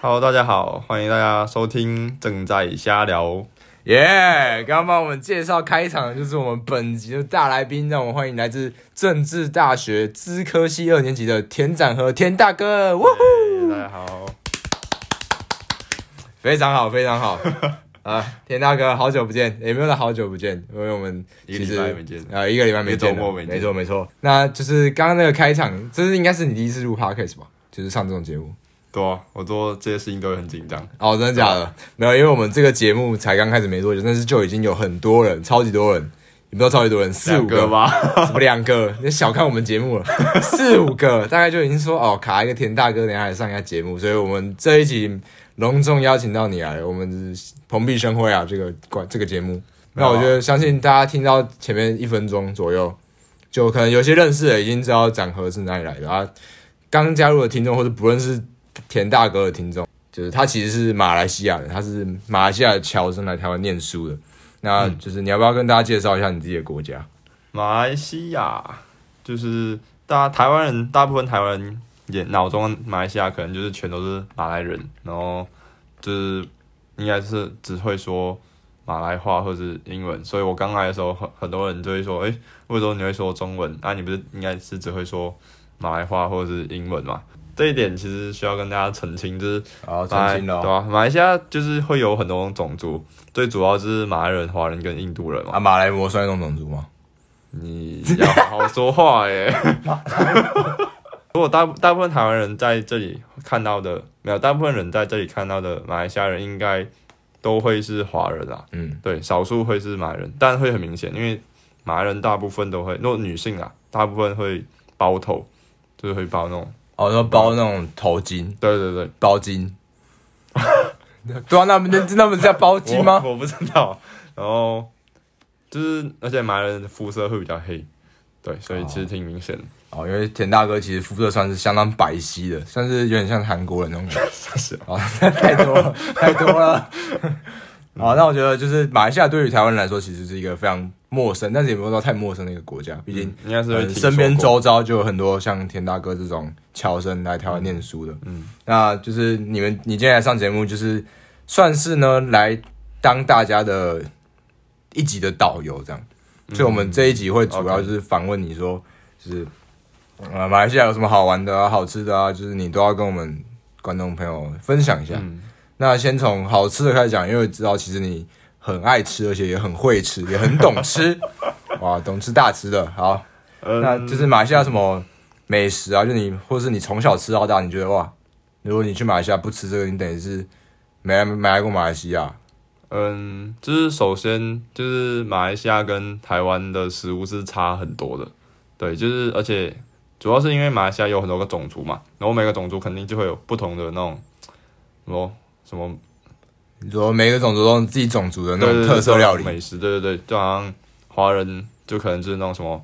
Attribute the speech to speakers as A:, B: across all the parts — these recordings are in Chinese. A: Hello，大家好，欢迎大家收听正在瞎聊。
B: 耶！刚刚帮我们介绍开场的就是我们本集的大来宾，让我们欢迎来自政治大学资科系二年级的田展和田大哥。哇，
A: 嘿大家好，
B: 非常好，非 常好。啊，田大哥，好久不见，也没有到好久不见，因为我们
A: 一个礼
B: 其实
A: 拜没见
B: 呃，一个礼拜没见了，
A: 一个周末没见
B: 没错没错。那就是刚刚那个开场，这是应该是你第一次录 podcast 吧？就是上这种节目。
A: 对啊，我做这些事情都会很紧张。
B: 哦，真的假
A: 啊
B: 的？没有，因为我们这个节目才刚开始没多久，但是就已经有很多人，超级多人，也不知道超级多人，四五
A: 两
B: 个
A: 个吧，
B: 什么哦两个？你小看我们节目了，四五个大概就已经说哦，卡一个田大哥，等一下来上一下节目，所以我们这一集隆重邀请到你来，我们是蓬荜生辉啊，这个管这个节目。那我觉得相信大家听到前面一分钟左右，就可能有些认识的已经知道展和是哪里来的啊。刚加入的听众或者不认识田大哥的听众，就是他其实是马来西亚人，他是马来西亚的侨生来台湾念书的。那就是你要不要跟大家介绍一下你自己的国家？
A: 马来西亚就是大台湾人，大部分台湾人也脑中的马来西亚可能就是全都是马来人，然后就是应该是只会说马来话或是英文，所以我刚来的时候很很多人就会说，诶，为什么你会说中文？啊，你不是应该是只会说马来话或是英文嘛？这一点其实需要跟大家澄清，就是
B: 好，
A: 马
B: 澄
A: 来
B: 清
A: 对
B: 了。
A: 啊，马来西亚就是会有很多种种族，最主要就是马来人、华人跟印度人嘛。
B: 啊，马来貘算一种种族吗？
A: 你要好好说话 耶！如果大大部分台湾人在这里看到的，没有大部分人在这里看到的马来西亚人，应该都会是华人啦。
B: 嗯，
A: 对，少数会是马来人，但会很明显，因为马来人大部分都会，如果女性啊，大部分会包头，就是会包那种。
B: 哦，说包那种头巾、
A: 对对 对，
B: 包巾。对啊，那那那不是叫包巾吗？
A: 我？我不知道。然后就是，而且马来人的肤色会比较黑，对，所以其实挺明显的。
B: 哦，因为田大哥其实肤色算是相当白皙的，算是有点像韩国人那种感觉。
A: 是
B: 啊，太多了，太多了。好，那我觉得就是马来西亚对于台湾人来说，其实是一个非常陌生，但是也不用说太陌生的一个国家，毕竟、
A: 嗯应该是会
B: 呃
A: 听说
B: 身边
A: 过
B: 周遭就有很多像田大哥这种侨生来台湾念书的，
A: 嗯
B: 嗯，那就是你们你今天来上节目，就是算是呢来当大家的一集的导游这样，所以我们这一集会主要
A: OK
B: 就是访问你说，就是呃马来西亚有什么好玩的啊、好吃的啊，就是你都要跟我们观众朋友分享一下。
A: 嗯
B: 那先从好吃的开始讲，因为我知道其实你很爱吃，而且也很会吃，也很懂吃，哇，懂吃大吃的好。
A: 呃
B: 那就是马来西亚什么美食啊，就你或是你从小吃到大，你觉得哇，如果你去马来西亚不吃这个，你等于是没来没来过马来西亚。
A: 嗯，就是首先就是马来西亚跟台湾的食物是差很多的，对，就是而且主要是因为马来西亚有很多个种族嘛，然后每个种族肯定就会有不同的那种什么什么
B: 你说每个种族都有自己种族的那
A: 对
B: 种
A: 对对
B: 特色料
A: 那种
B: 理，
A: 美食，对对对，就好像华人就可能就是那种什么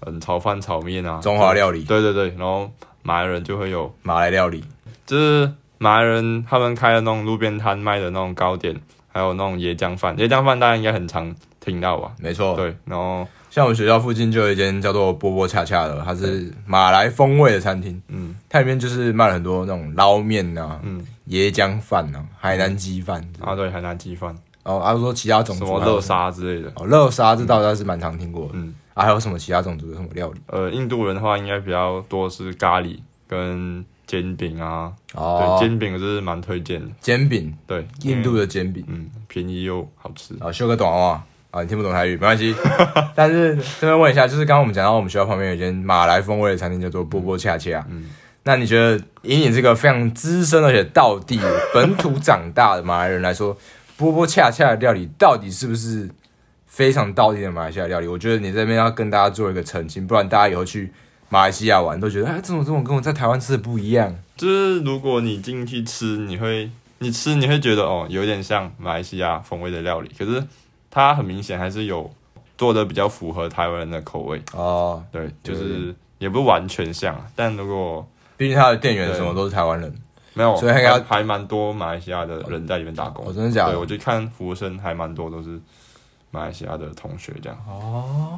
A: 嗯炒饭、炒面啊，
B: 中华料理、
A: 对对对，然后马来人就会有
B: 马来料理，
A: 就是马来人他们开的那种路边摊卖的那种糕点，还有那种椰浆饭。椰浆饭大家应该很常听到吧？
B: 没错。
A: 对，然后
B: 像我们学校附近就有一间叫做波波恰恰的，它是马来风味的餐厅，
A: 嗯
B: 它里面就是卖了很多那种捞面啊、
A: 嗯
B: 椰浆饭啊、海南鸡饭，
A: 啊对，海南鸡饭、
B: 然后他啊说其他种
A: 什
B: 族
A: 么
B: 还有
A: 乐沙之类的。
B: 哦乐沙这道倒是蛮常听过的，
A: 嗯，
B: 啊还有什么其他种族的什么料理？
A: 呃，印度人的话应该比较多是咖喱跟煎饼啊，
B: 哦，
A: 对，煎饼我是蛮推荐的，
B: 煎饼，
A: 对，
B: 印度
A: 因为
B: 的煎饼。
A: 嗯便宜又好吃。
B: 啊，修个短袜啊，你听不懂台语没关系。 但是这边问一下，就是刚刚我们讲到我们学校旁边有一间马来风味的餐厅叫做波波恰恰。嗯，那你觉得以你这个非常资深而且道地本土长大的马来人来说，波波恰恰的料理到底是不是非常道地的马来西亚料理？我觉得你这边要跟大家做一个澄清，不然大家以后去马来西亚玩都觉得，哎，这种这种跟我在台湾吃的不一样。
A: 就是如果你进去吃，你会你吃你会觉得哦，有点像马来西亚风味的料理，可是它很明显还是有做的比较符合台湾人的口味，
B: 哦，
A: 对，就
B: 有一
A: 是也不完全像啊，但如果
B: 毕竟他的店员
A: 对
B: 什么都是台湾人。
A: 没有，
B: 所以还
A: 还
B: 要
A: 还蛮多马来西亚的人在里面打工，
B: 哦，真的假的？
A: 对我就看服务生还蛮多都是马来西亚的同学这样，哦，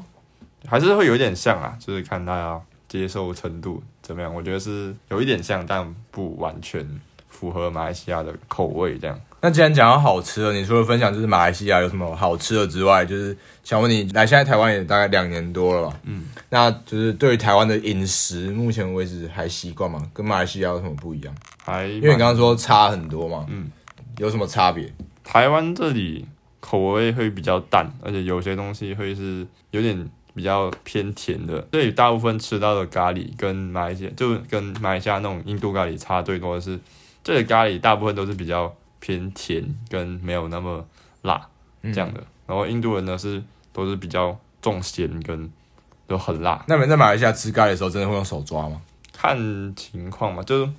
A: 还是会有点像啊，就是看大家接受程度怎么样，我觉得是有一点像，但不完全。符合马来西亚的口味这样。
B: 那既然讲到好吃的，你除了分享就是马来西亚有什么好吃的之外，就是想问你来现在台湾也大概两年多了吧？嗯，那就是对于台湾的饮食，目前为止还习惯吗？跟马来西亚有什么不一样？
A: 还
B: 因为你刚刚说差很多嘛，
A: 嗯
B: 嗯，有什么差别？
A: 台湾这里口味会比较淡，而且有些东西会是有点比较偏甜的。这里大部分吃到的咖喱跟马来西亚就跟马来西亚那种印度咖喱差最多的是，这里咖喱大部分都是比较偏甜跟没有那么辣这
B: 嗯
A: 样的。然后印度人呢是都是比较重咸跟都很辣，
B: 那你们在马来西亚吃咖喱的时候，真的会用手抓吗？
A: 看情况嘛，就是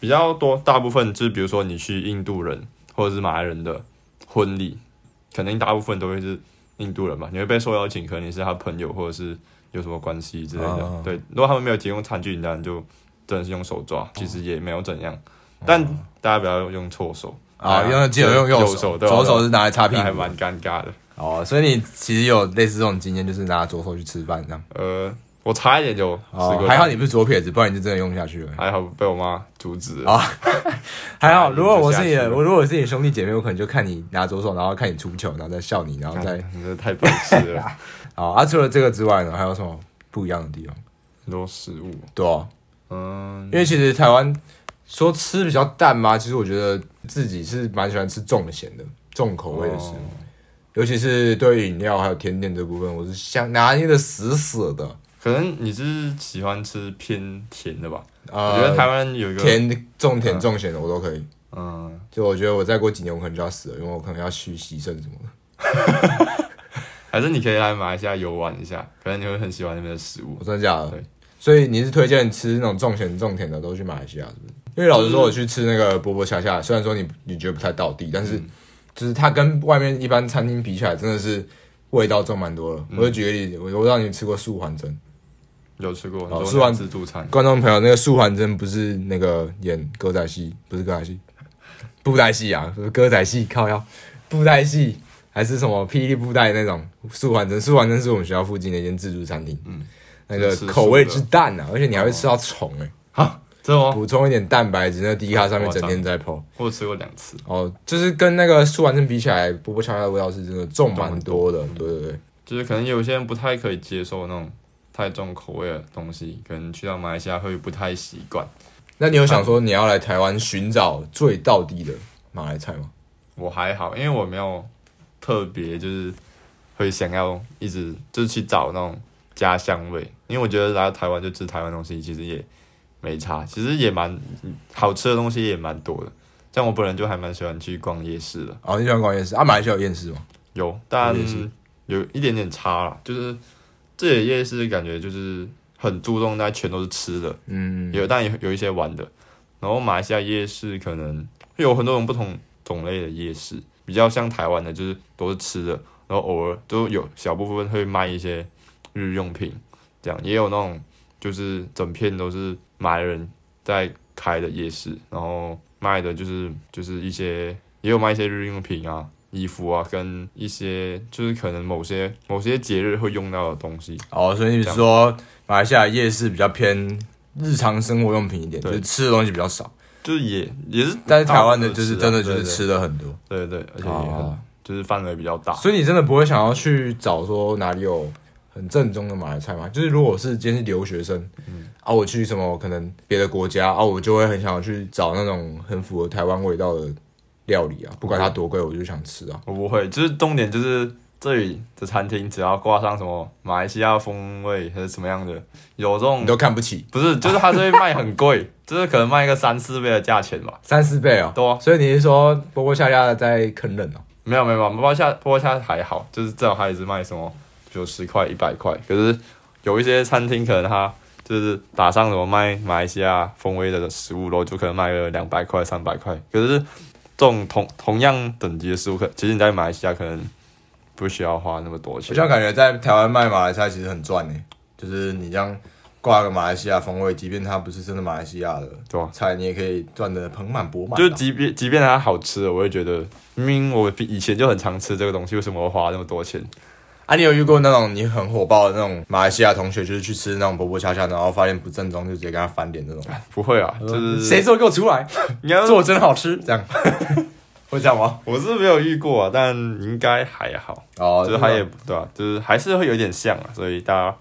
A: 比较多，大部分就是比如说你去印度人或者是马来人的婚礼，肯定大部分都会是印度人嘛，你会被受邀请，可能你是他朋友或者是有什么关系之类的。
B: 啊
A: 对，如果他们没有提供餐具，你当然就真的是用手抓，其实也没有怎样，但大家不要用错手，
B: 啊，
A: 对啊
B: 用记得用右
A: 右手
B: 手，
A: 对啊
B: 左手是拿来擦屁
A: 那还
B: 股。
A: 蛮尴尬的。
B: 哦，所以你其实有类似这种经验，就是拿左手去吃饭这样。
A: 呃，我差一点就吃
B: 哦
A: 过，
B: 还好你不是左撇子，不然你就真的用不下去了。
A: 还好被我妈阻止了。
B: 啊还好，
A: 你
B: 如果
A: 就
B: 我
A: 下
B: 是你
A: 去
B: 的，
A: 了
B: 我如果我是你的兄弟姐妹，我可能就看你拿左手，然后看你出球，然后再笑你，然后
A: 啊
B: 再
A: 真的太白痴了，
B: 好啊。除了这个之外呢，还有什么不一样的地方？
A: 很多食物，
B: 对啊，
A: 嗯。
B: 因为其实台湾说吃比较淡嘛，其实我觉得自己是蛮喜欢吃重咸的、重口味的食物，
A: 哦
B: 尤其是对饮料还有甜点这部分，我是想拿捏的死死的。
A: 可能你是喜欢吃偏甜的吧？
B: 呃，
A: 我觉得台嗯湾有一个，
B: 甜、重甜、重咸的我都可以。
A: 嗯，
B: 就我觉得我再过几年我可能就要死了，因为我可能要去洗肾什么的。
A: 还是你可以来马来西亚游玩一下，可能你会很喜欢那边的食物
B: 我。真的假的
A: 对？
B: 所以你是推荐吃那种重咸重甜的都去马来西亚，是不是？因为老实说，我去吃那个波波恰恰，虽然说你你觉得不太到地，但是就是它跟外面一般餐厅比起来，真的是味道重蛮多了。我就举个例子，我我让你吃过素环真，
A: 有吃过，
B: 哦
A: 你
B: 吃
A: 说
B: 完
A: 那自助餐，
B: 观众朋友，那个素环真不是那个演歌仔戏，不是歌仔戏，布袋戏啊，不是歌仔戏，靠腰，布袋戏还是什么霹雳布袋那种素环真，素环真是我们学校附近的一间自助餐厅，嗯，那个
A: 是吃素的哦
B: 口味之淡啊，而且你还会吃到虫哎、
A: 真的吗？
B: 补充一点蛋白质，那个低卡
A: 哦
B: 上面整天在泡
A: 我吃过两次，
B: 哦，就是跟那个素环真比起来，波波恰恰的味道是真的重蛮
A: 嗯
B: 多的，对对对，
A: 就是可能有些人不太可以接受那种太重口味的东西，可能去到马来西亚会不太习惯。
B: 那你有想说你要来台湾寻找最道地的马来菜吗？
A: 我还好，因为我没有特别就是会想要一直就是去找那种家乡味，因为我觉得来到台湾就吃台湾东西，其实也没差，其实也蛮好吃的东西也蛮多的。像我本人就还蛮喜欢去逛夜市的，
B: 哦，你喜欢逛夜市啊？马来西亚有夜市吗？
A: 有，但
B: 夜市
A: 有一点点差啦，就是这里的夜市感觉就是很注重在全都是吃的，
B: 嗯，
A: 有但有有一些玩的。然后马来西亚夜市可能会有很多种不同种类的夜市，比较像台湾的，就是都是吃的，然后偶尔都有小部分会卖一些日用品，这样也有那种就是整片都是马来人在开的夜市，然后卖的就是就是一些也有卖一些日用品啊。衣服啊，跟一些就是可能某些某些节日会用到的东西，
B: 哦，所以你说马来西亚夜市比较偏日常生活用品一点，就
A: 对
B: 是吃的东西比较少，
A: 就是也也是，
B: 但是台湾的就是啊真的就
A: 对
B: 是
A: 对
B: 吃的很多，
A: 啊对对，而且也很、
B: 哦
A: 就是范围比较大。
B: 所以你真的不会想要去找说哪里有很正宗的马来菜吗？就是如果是今天是留学生，啊，我去什么可能别的国家啊，我就会很想要去找那种很符合台湾味道的料理啊，不管它多贵，我就想吃啊。
A: 我不会，就是重点就是这里的餐厅只要挂上什么马来西亚风味还是什么样的，有这种
B: 你都看不起
A: 不是，就是它就会卖很贵， 就是可能卖个三四倍的价钱吧。
B: 三四倍哦，
A: 对啊
B: 所以你是说波波恰恰在坑人哦？
A: 没有没有，波波虾波波虾还好，就是至少它也是卖什么九十块一百块，可是有一些餐厅可能它。就是打上什么卖马来西亚啊风味的食物咯，就可能卖个两百块、三百块。可是这种同同样等级的食物，可其实你在马来西啊亚可能不需要花那么多
B: 我
A: 钱
B: 现。在感觉在台湾卖马来菜其实很赚呢、欸就是你这样挂个马来西亚风味，即便它不是真的马来西亚的
A: 对啊
B: 菜，你也可以赚得盆满钵满啊。
A: 就是即便即便嗯它好吃了，我会觉得明明我比以前就很常吃这个东西，为什么我花那么多钱？
B: 啊，你有遇过那种你很火爆的那种马来西亚同学，就是去吃那种婆婆恰恰，然后发现不正宗，就直接跟他翻脸那种？
A: 不会啊，就是
B: 呃谁做给我出来？
A: 应该
B: 做的真好吃，这 样 会这样吗？
A: 我是没有遇过啊，但应该还好，
B: 哦
A: 就是他也对吧、就是还是会有点像啊，所以大家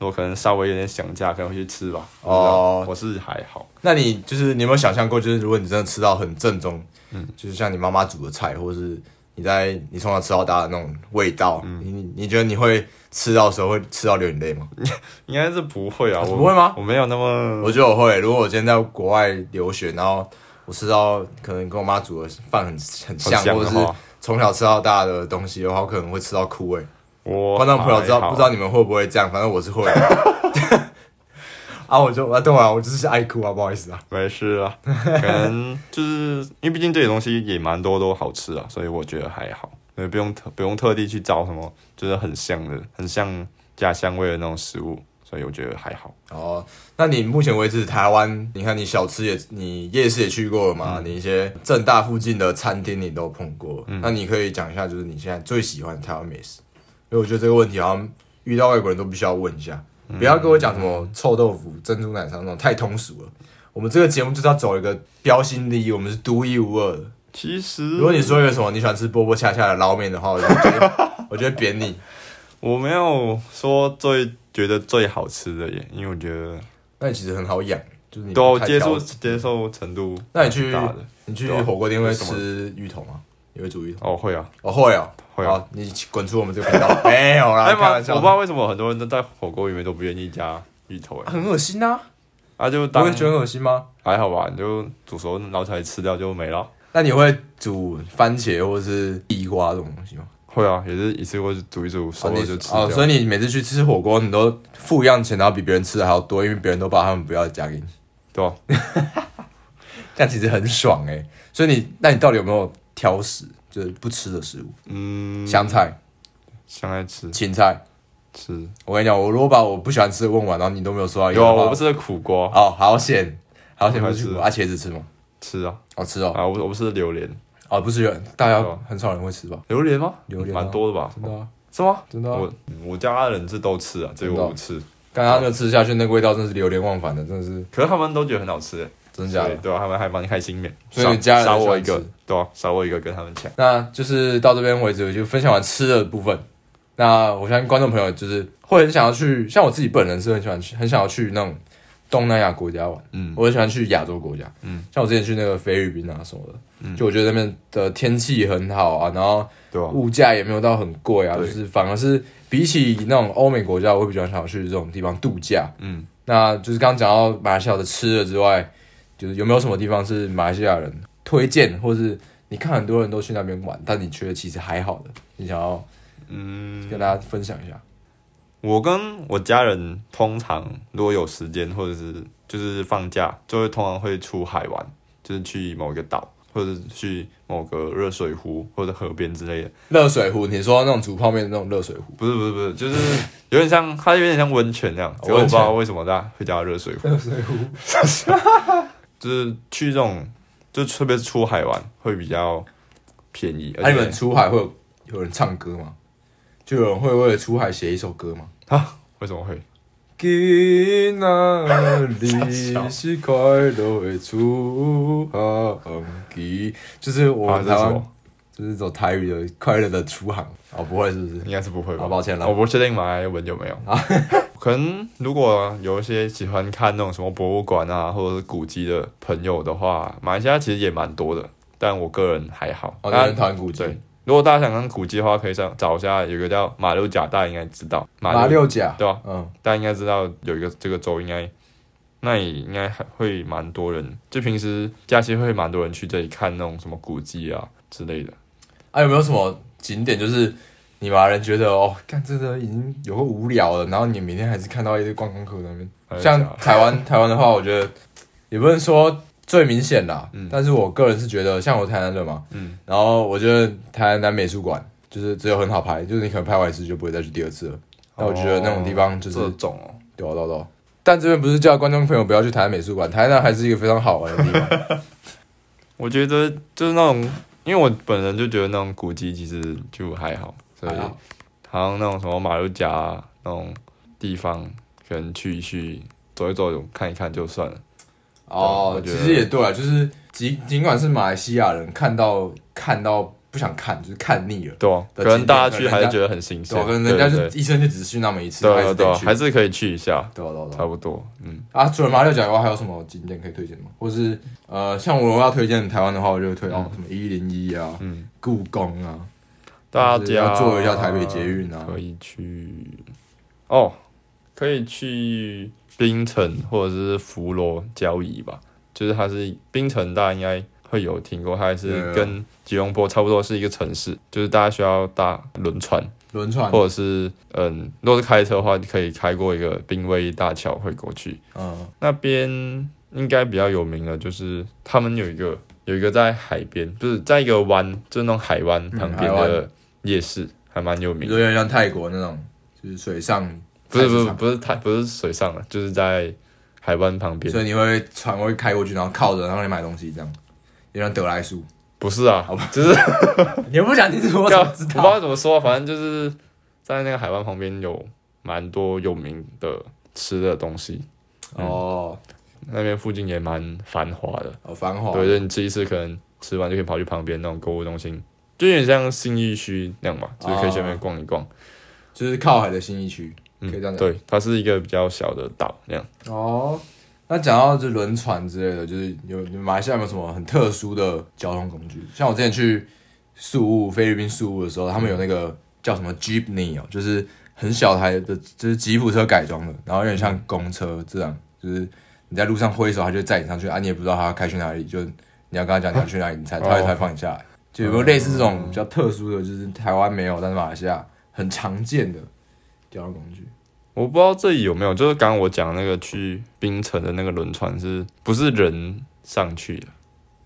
A: 如果可能稍微有点想家，可能会去吃吧。
B: 哦
A: 我不知道我是还好，
B: 那你就是你有没有想象过，就是如果你真的吃到很正宗，嗯，就是像你妈妈煮的菜，或者是你在你从小吃到大的那种味道，你你你觉得你会吃到的时候会吃到流眼泪吗？
A: 应该是不会啊，我
B: 不会吗
A: 我没有那么
B: 我觉得我会。如果我今天在国外留学，然后我吃到可能跟我妈煮的饭很很像，
A: 很像
B: 或
A: 的
B: 者
A: 话
B: 是从小吃到大的东西的话，我可能会吃到哭诶、
A: 我
B: 观众朋友知道
A: 哦哎还好
B: 不知道你们会不会这样？反正我是会的。 啊，我就啊，对啊，我就是爱哭啊，不好意思啊。
A: 没事啊，可能就是因为毕竟这些东西也蛮多都好吃啊，所以我觉得还好，所以不用特不用特地去找什么就是很像的、很像家乡味的那种食物，所以我觉得还好。
B: 哦，那你目前为止台湾，你看你小吃也，你夜市也去过了
A: 嗯
B: 嘛？你一些正大附近的餐厅你都碰过，那你可以讲一下，就是你现在最喜欢的台湾美食，因为我觉得这个问题好像遇到外国人都必须要问一下，
A: 嗯
B: 不要跟我讲什么臭豆腐、珍珠奶茶那种太通俗了。我们这个节目就是要走一个标新立异，我们是独一无二的。
A: 其实
B: 如果你说有什么你喜欢吃波波恰恰的捞面的话，我就觉得我就会扁你。
A: 我没有说最觉得最好吃的耶，因为我觉得
B: 那你其实很好养，就是你
A: 对啊我
B: 不太
A: 接
B: 挑
A: 受
B: 食
A: 接受程度
B: 那你去
A: 蛮大的
B: 你去
A: 对啊
B: 火锅店会
A: 有什么
B: 吃芋头吗？你会煮芋头？
A: 哦会啊
B: 哦，会哦，
A: 会啊。
B: 好，你滚出我们这个频道。没有 啦，
A: 哎
B: 开
A: 妈，我
B: 玩
A: 不
B: 笑
A: 知，道为什么很多人都在火锅里面都不愿意加芋头哎，
B: 很恶心啊！
A: 啊就
B: 不
A: 当
B: 会觉得很恶心吗？
A: 还好吧，你就煮熟捞起来吃掉就没了。
B: 那你会煮番茄或是地瓜这种东西吗？
A: 会啊，也是一次过去煮一煮，熟
B: 哦
A: 了
B: 你
A: 就吃掉。
B: 哦，所以你每次去吃火锅，你都付一样钱，然后比别人吃的还要多，因为别人都把他们不要的加给你，
A: 对啊吧？
B: 但其实很爽哎、所以你，那你到底有没有挑食？就是不吃的食物，
A: 嗯，
B: 香菜、
A: 香菜吃
B: 芹菜。
A: 吃。
B: 我跟你讲，我如果把我不喜欢吃的问完，然后你都没有说到一个
A: 啊有
B: 的
A: 啊，
B: 话，
A: 我不吃苦瓜，
B: 哦，好险，好险不是
A: 我还吃哦
B: 啊，茄子吃吗？
A: 吃啊
B: 哦，吃哦，
A: 啊！我我不吃榴莲，
B: 哦，不是有大家
A: 对啊
B: 很少人会吃吧？
A: 榴莲吗？
B: 榴莲啊
A: 蛮多的吧？
B: 真的啊，
A: 是吗？
B: 真的啊。
A: 我我家人是都吃啊，只有我不吃。
B: 刚刚那个吃下去，那个味道真是流连忘返的，真的是
A: 可是他们都觉得很好吃，哎
B: 真的假
A: 对
B: 的。
A: 对啊，他们还蛮开心的。
B: 所以你家人
A: 少
B: 喜
A: 我
B: 欢
A: 一个
B: 吃，
A: 对啊，少我一个跟他们抢。
B: 那就是到这边为止，我就分享完吃的部分。那我相信观众朋友就是会很想要去，像我自己本人是很喜欢去，很想要去那种东南亚国家玩。
A: 嗯，
B: 我很喜欢去亚洲国家，
A: 嗯，
B: 像我之前去那个菲律宾啊什么的，就我觉得那边的天气很好啊，然后
A: 对啊，
B: 物价也没有到很贵啊，就
A: 对
B: 是反而是比起那种欧美国家，我会比较想要去这种地方度假。
A: 嗯，
B: 那就是刚刚讲到马来西亚的吃的之外，就是有没有什么地方是马来西亚人推荐，或是你看很多人都去那边玩，但你觉得其实还好的，你想要嗯跟大家分享一下。
A: 我跟我家人通常如果有时间或者是就是放假，就会通常会出海玩，就是去某个岛，或者是去某个热水湖或者河边之类的。
B: 热水壶，你说那种煮泡面的那种热水壶，
A: 不是不是不是，就是有点像，它有点像温泉那样，只是我
B: 哦温
A: 不知
B: 泉
A: 道为什么大家会叫它热水壶。热水壶，就是去这种，就特别是出海玩会比较便宜，
B: 那、
A: 而
B: 啊你们
A: 且
B: 出海会有有人唱歌吗？就有人会为了出海写一首歌吗？
A: 为什么会？
B: 去哪里
A: 小
B: 是快乐的出航记？就是我
A: 啊，
B: 们
A: 这
B: 台
A: 是什
B: 湾
A: 么？
B: 就是走台语的快乐的出航哦，不会是不是？
A: 应该是不会吧？
B: 啊抱歉了
A: 我不确定马来文有没有。 可能如果有一些喜欢看那种什么博物馆啊，或者是古迹的朋友的话，马来西亚其实也蛮多的，但我个人还好。
B: 哦，
A: 当
B: 那
A: 然
B: 很讨厌古迹
A: 对，如果大家想看古迹的话，可以上找一下，有一个叫马六甲，大家应该知道。
B: 马六甲，
A: 对吧、
B: 嗯，
A: 大家应该知道有一个这个州，应该那里应该还会蛮多人，就平时假期会蛮多人去这里看那种什么古迹啊之类的。
B: 啊，有没有什么景点就是你马来人觉得哦，干这个已经有个无聊了，然后你每天还是看到一堆观光客在那边？
A: 马六甲
B: 像台湾台湾的话，我觉得也不能说最明显啦，但是我个人是觉得，像我台南人嘛，
A: 嗯
B: 然后我觉得台南美术馆就是只有很好拍，就是你可能拍完一次就不会再去第二次了。那我觉得那种地方就是
A: 这种哦，
B: 对啊对啊对啊但这边不是叫观众朋友不要去台南美术馆，台南还是一个非常好玩的地 方。
A: 我觉得就是那种，因为我本人就觉得那种古迹其实就还好，所以
B: 还好
A: 好像那种什么马六甲啊那种地方，可能去一去走一走，看一看就算了。
B: 哦
A: 我，觉
B: 其
A: 得
B: 实也对啊，就是尽尽管是马来西亚人，看到看到不想看，就是看腻了。
A: 对啊，
B: 的
A: 可能
B: 景点
A: 大家
B: 可
A: 去
B: 能
A: 还
B: 人
A: 是
B: 家
A: 觉得很新鲜
B: 对啊，，可能
A: 对
B: 人家
A: 对
B: 就一生就只是去那么一次，
A: 对
B: 还
A: 啊
B: 是
A: 对
B: 得
A: 啊，
B: 去。
A: 还是可以去一下，
B: 对啊对啊对啊
A: 差不多。嗯，
B: 啊，除了马六甲以外，还有什么景点可以推荐吗？或是呃，像我要推荐台湾的话，我就会推哦什么一零一啊，
A: 嗯
B: 故宫啊，
A: 大
B: 就是要
A: 家
B: 坐一下台北捷运啊
A: 可以去哦，可以去冰城或者是福罗交椅吧，就是它是冰城，大家应该会有听过，它
B: 有
A: 是
B: 有
A: 跟吉隆坡差不多是一个城市，就是大家需要搭轮船，
B: 轮船，
A: 或者是嗯，如果是开车的话，可以开过一个冰威大桥会过去。
B: 嗯，
A: 那边应该比较有名的就是他们有一个有一个在海边，就是在一个湾，就是那种嗯海湾旁边
B: 海
A: 的
B: 湾
A: 夜市，还蛮有
B: 比
A: 名
B: 如说
A: 的。
B: 有点像泰国那种，就是水上，
A: 不是不
B: 菜市
A: 是
B: 场
A: 不是太不是水上了，就是在海湾旁边
B: 所。以你会船会开过去，然后靠着，然后你买东西这样，有点德莱树。
A: 不是啊，就是
B: 你又不讲清楚，我
A: 我
B: 怎
A: 我
B: 么
A: 不
B: 知
A: 知
B: 道？
A: 道怎么说，反正就是在那个海湾旁边有蛮多有名的吃的东西，
B: 哦，
A: 那边附近也蛮繁华的。
B: 好繁华。
A: 对，就是你吃一次可能吃完就可以跑去旁边那种购物中心，就有点像信义区那样吧，就是可以去那边逛一
B: 哦
A: 逛。
B: 就是靠海的新一区，
A: 嗯，
B: 可以这样讲
A: 对，它是一个比较小的岛那样。
B: 哦，那讲到这轮船之类的，就是有你们马来西亚有没有什么很特殊的交通工具？像我之前去宿务菲律宾宿务的时候，他们有那个叫什么 jeepney 哦，就是很小台的，就是吉普车改装的，然后有点像公车这样，就是你在路上挥手，他就载你上去啊，你也不知道他要开去哪里，就你要跟他讲你要去哪里，你才他会才放你下来。就有没有类似这种比较特殊的，就是台湾没有，但是马来西亚很常见的交通工具？
A: 我不知道这里有没有，就是刚刚我讲那个去冰城的那个轮船是不是人上去的？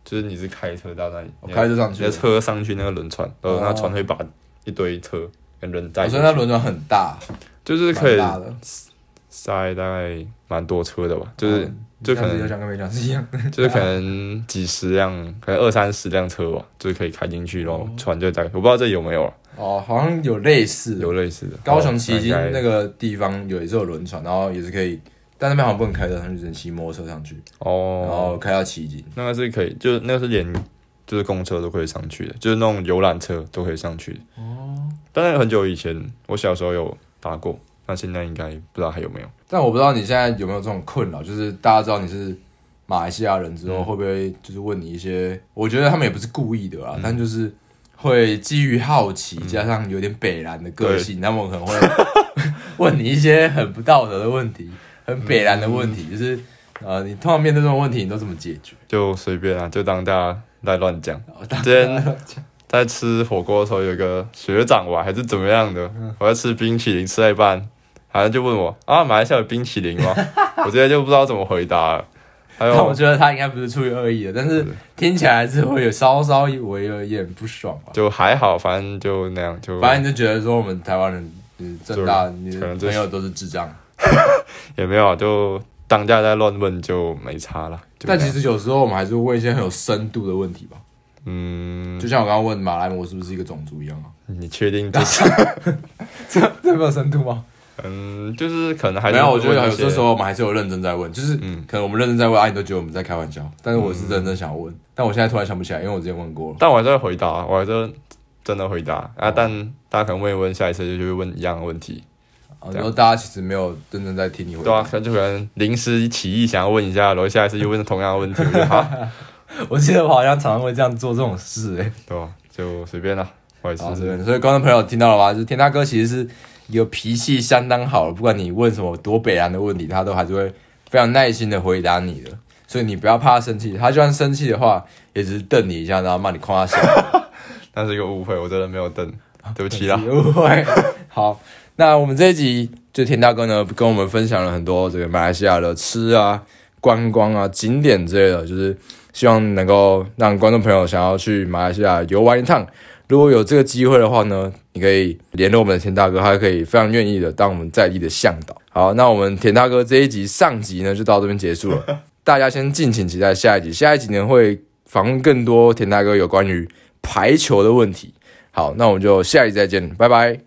A: 就是你是开车到那里，
B: 我哦开车上
A: 你
B: 去
A: 的
B: 的，
A: 车上去那个轮船，然后那
B: 哦
A: 船会把一堆车跟人带
B: 我
A: 过去，
B: 说那轮船很大，
A: 就是可
B: 蛮
A: 以
B: 大的，
A: 塞大概蛮多车的吧，就是、
B: 嗯
A: 就可
B: 像
A: 能
B: 有讲跟没讲是一样的。
A: 就是可能几十辆，可能二三十辆车吧，就是可以开进去，然后船就在。我不知道这有没有啊，
B: 哦，好像有类似的，
A: 有类似的。
B: 高雄旗津
A: 哦应该
B: 那个地方有也是有轮船，然后也是可以，但那边好像不能开车上去，只能骑摩托车上去，然
A: 哦，
B: 后开到旗津。
A: 那个是可以，就是那个是连就是公车都可以上去的，就是那种游览车都可以上去的。哦，但是很久以前，我小时候有搭过，那现在应该不知道还有没有。
B: 但我不知道你现在有没有这种困扰，就是大家知道你是马来西亚人
A: 嗯
B: 之后，会不会就是问你一些？我觉得他们也不是故意的啦，
A: 嗯
B: 但就是会基于好奇，加上有点北蓝的个性，他们可能会 问你一些很不道德的问题，很北蓝的问题，
A: 嗯
B: 就是呃，你通常面对这种问题，你都怎么解决？
A: 就随便啊，就当大家在乱讲。
B: 哦大
A: 之前在吃火锅的时候，有一个学长吧，还是怎么样的，我在吃冰淇淋，吃到一半，好像就问我啊，马来西亚有冰淇淋吗？ 我直接就不知道怎么回答了。还
B: 但我
A: 有
B: 觉得他应该不是出于恶意的，但是听起来还是会有稍稍微有一点不爽吧。
A: 就还好，反正就那样，就
B: 反正你就觉得说我们台湾人，就是正大你
A: 可
B: 的
A: 能就
B: 朋
A: 是
B: 友都是智障。
A: 也没有啊，就当家在乱问就没差了。就
B: 但
A: 这
B: 其
A: 样
B: 实有时候我们还是会问一些很有深度的问题吧，
A: 嗯，
B: 就像我刚刚问马来貘是不是一个种族一样啊，
A: 你确定这 是？
B: 这 这没有深度吗？
A: 嗯，就是可能还是
B: 没有，我觉得
A: 问一
B: 有
A: 些
B: 些时候我们还是有认真在问，就是
A: 嗯
B: 可能我们认真在问，啊，你都觉得我们在开玩笑，但是我是认真想问，但我现在突然想不起来，因为我之前问过了。
A: 但我还是会回答，我还是真的回答啊。但大家可能问一问，下一次就去问一样的问题。
B: 啊然后大家其实没有认真在听你回
A: 对啊，
B: 答，
A: 可能就可能临时起意想要问一下，然后下一次又问同样的问题，我就好，
B: 我记得我好像常常会这样做这种事、欸，
A: 对吧、就随便啦，我也
B: 好，
A: 是
B: 这边，所以观众朋友听到了吧？就是田大哥其实是有脾气相当好的，不管你问什么多北南的问题，他都还是会非常耐心的回答你的。所以你不要怕他生气，他就算生气的话，也只是瞪你一下，然后骂你夸他小，
A: 那是一个误会，我真的没有瞪，对不起啦。
B: 你 误会。好，那我们这一集就田大哥呢，跟我们分享了很多这个马来西亚的吃啊、观光啊、景点之类的，就是希望能够让观众朋友想要去马来西亚游玩一趟。如果有这个机会的话呢，你可以联络我们的田大哥，他可以非常愿意的当我们在地的向导。好，那我们田大哥这一集上集呢就到这边结束了，大家先敬请期待下一集。下一集呢会访问更多田大哥有关于排球的问题。好，那我们就下一集再见，拜拜。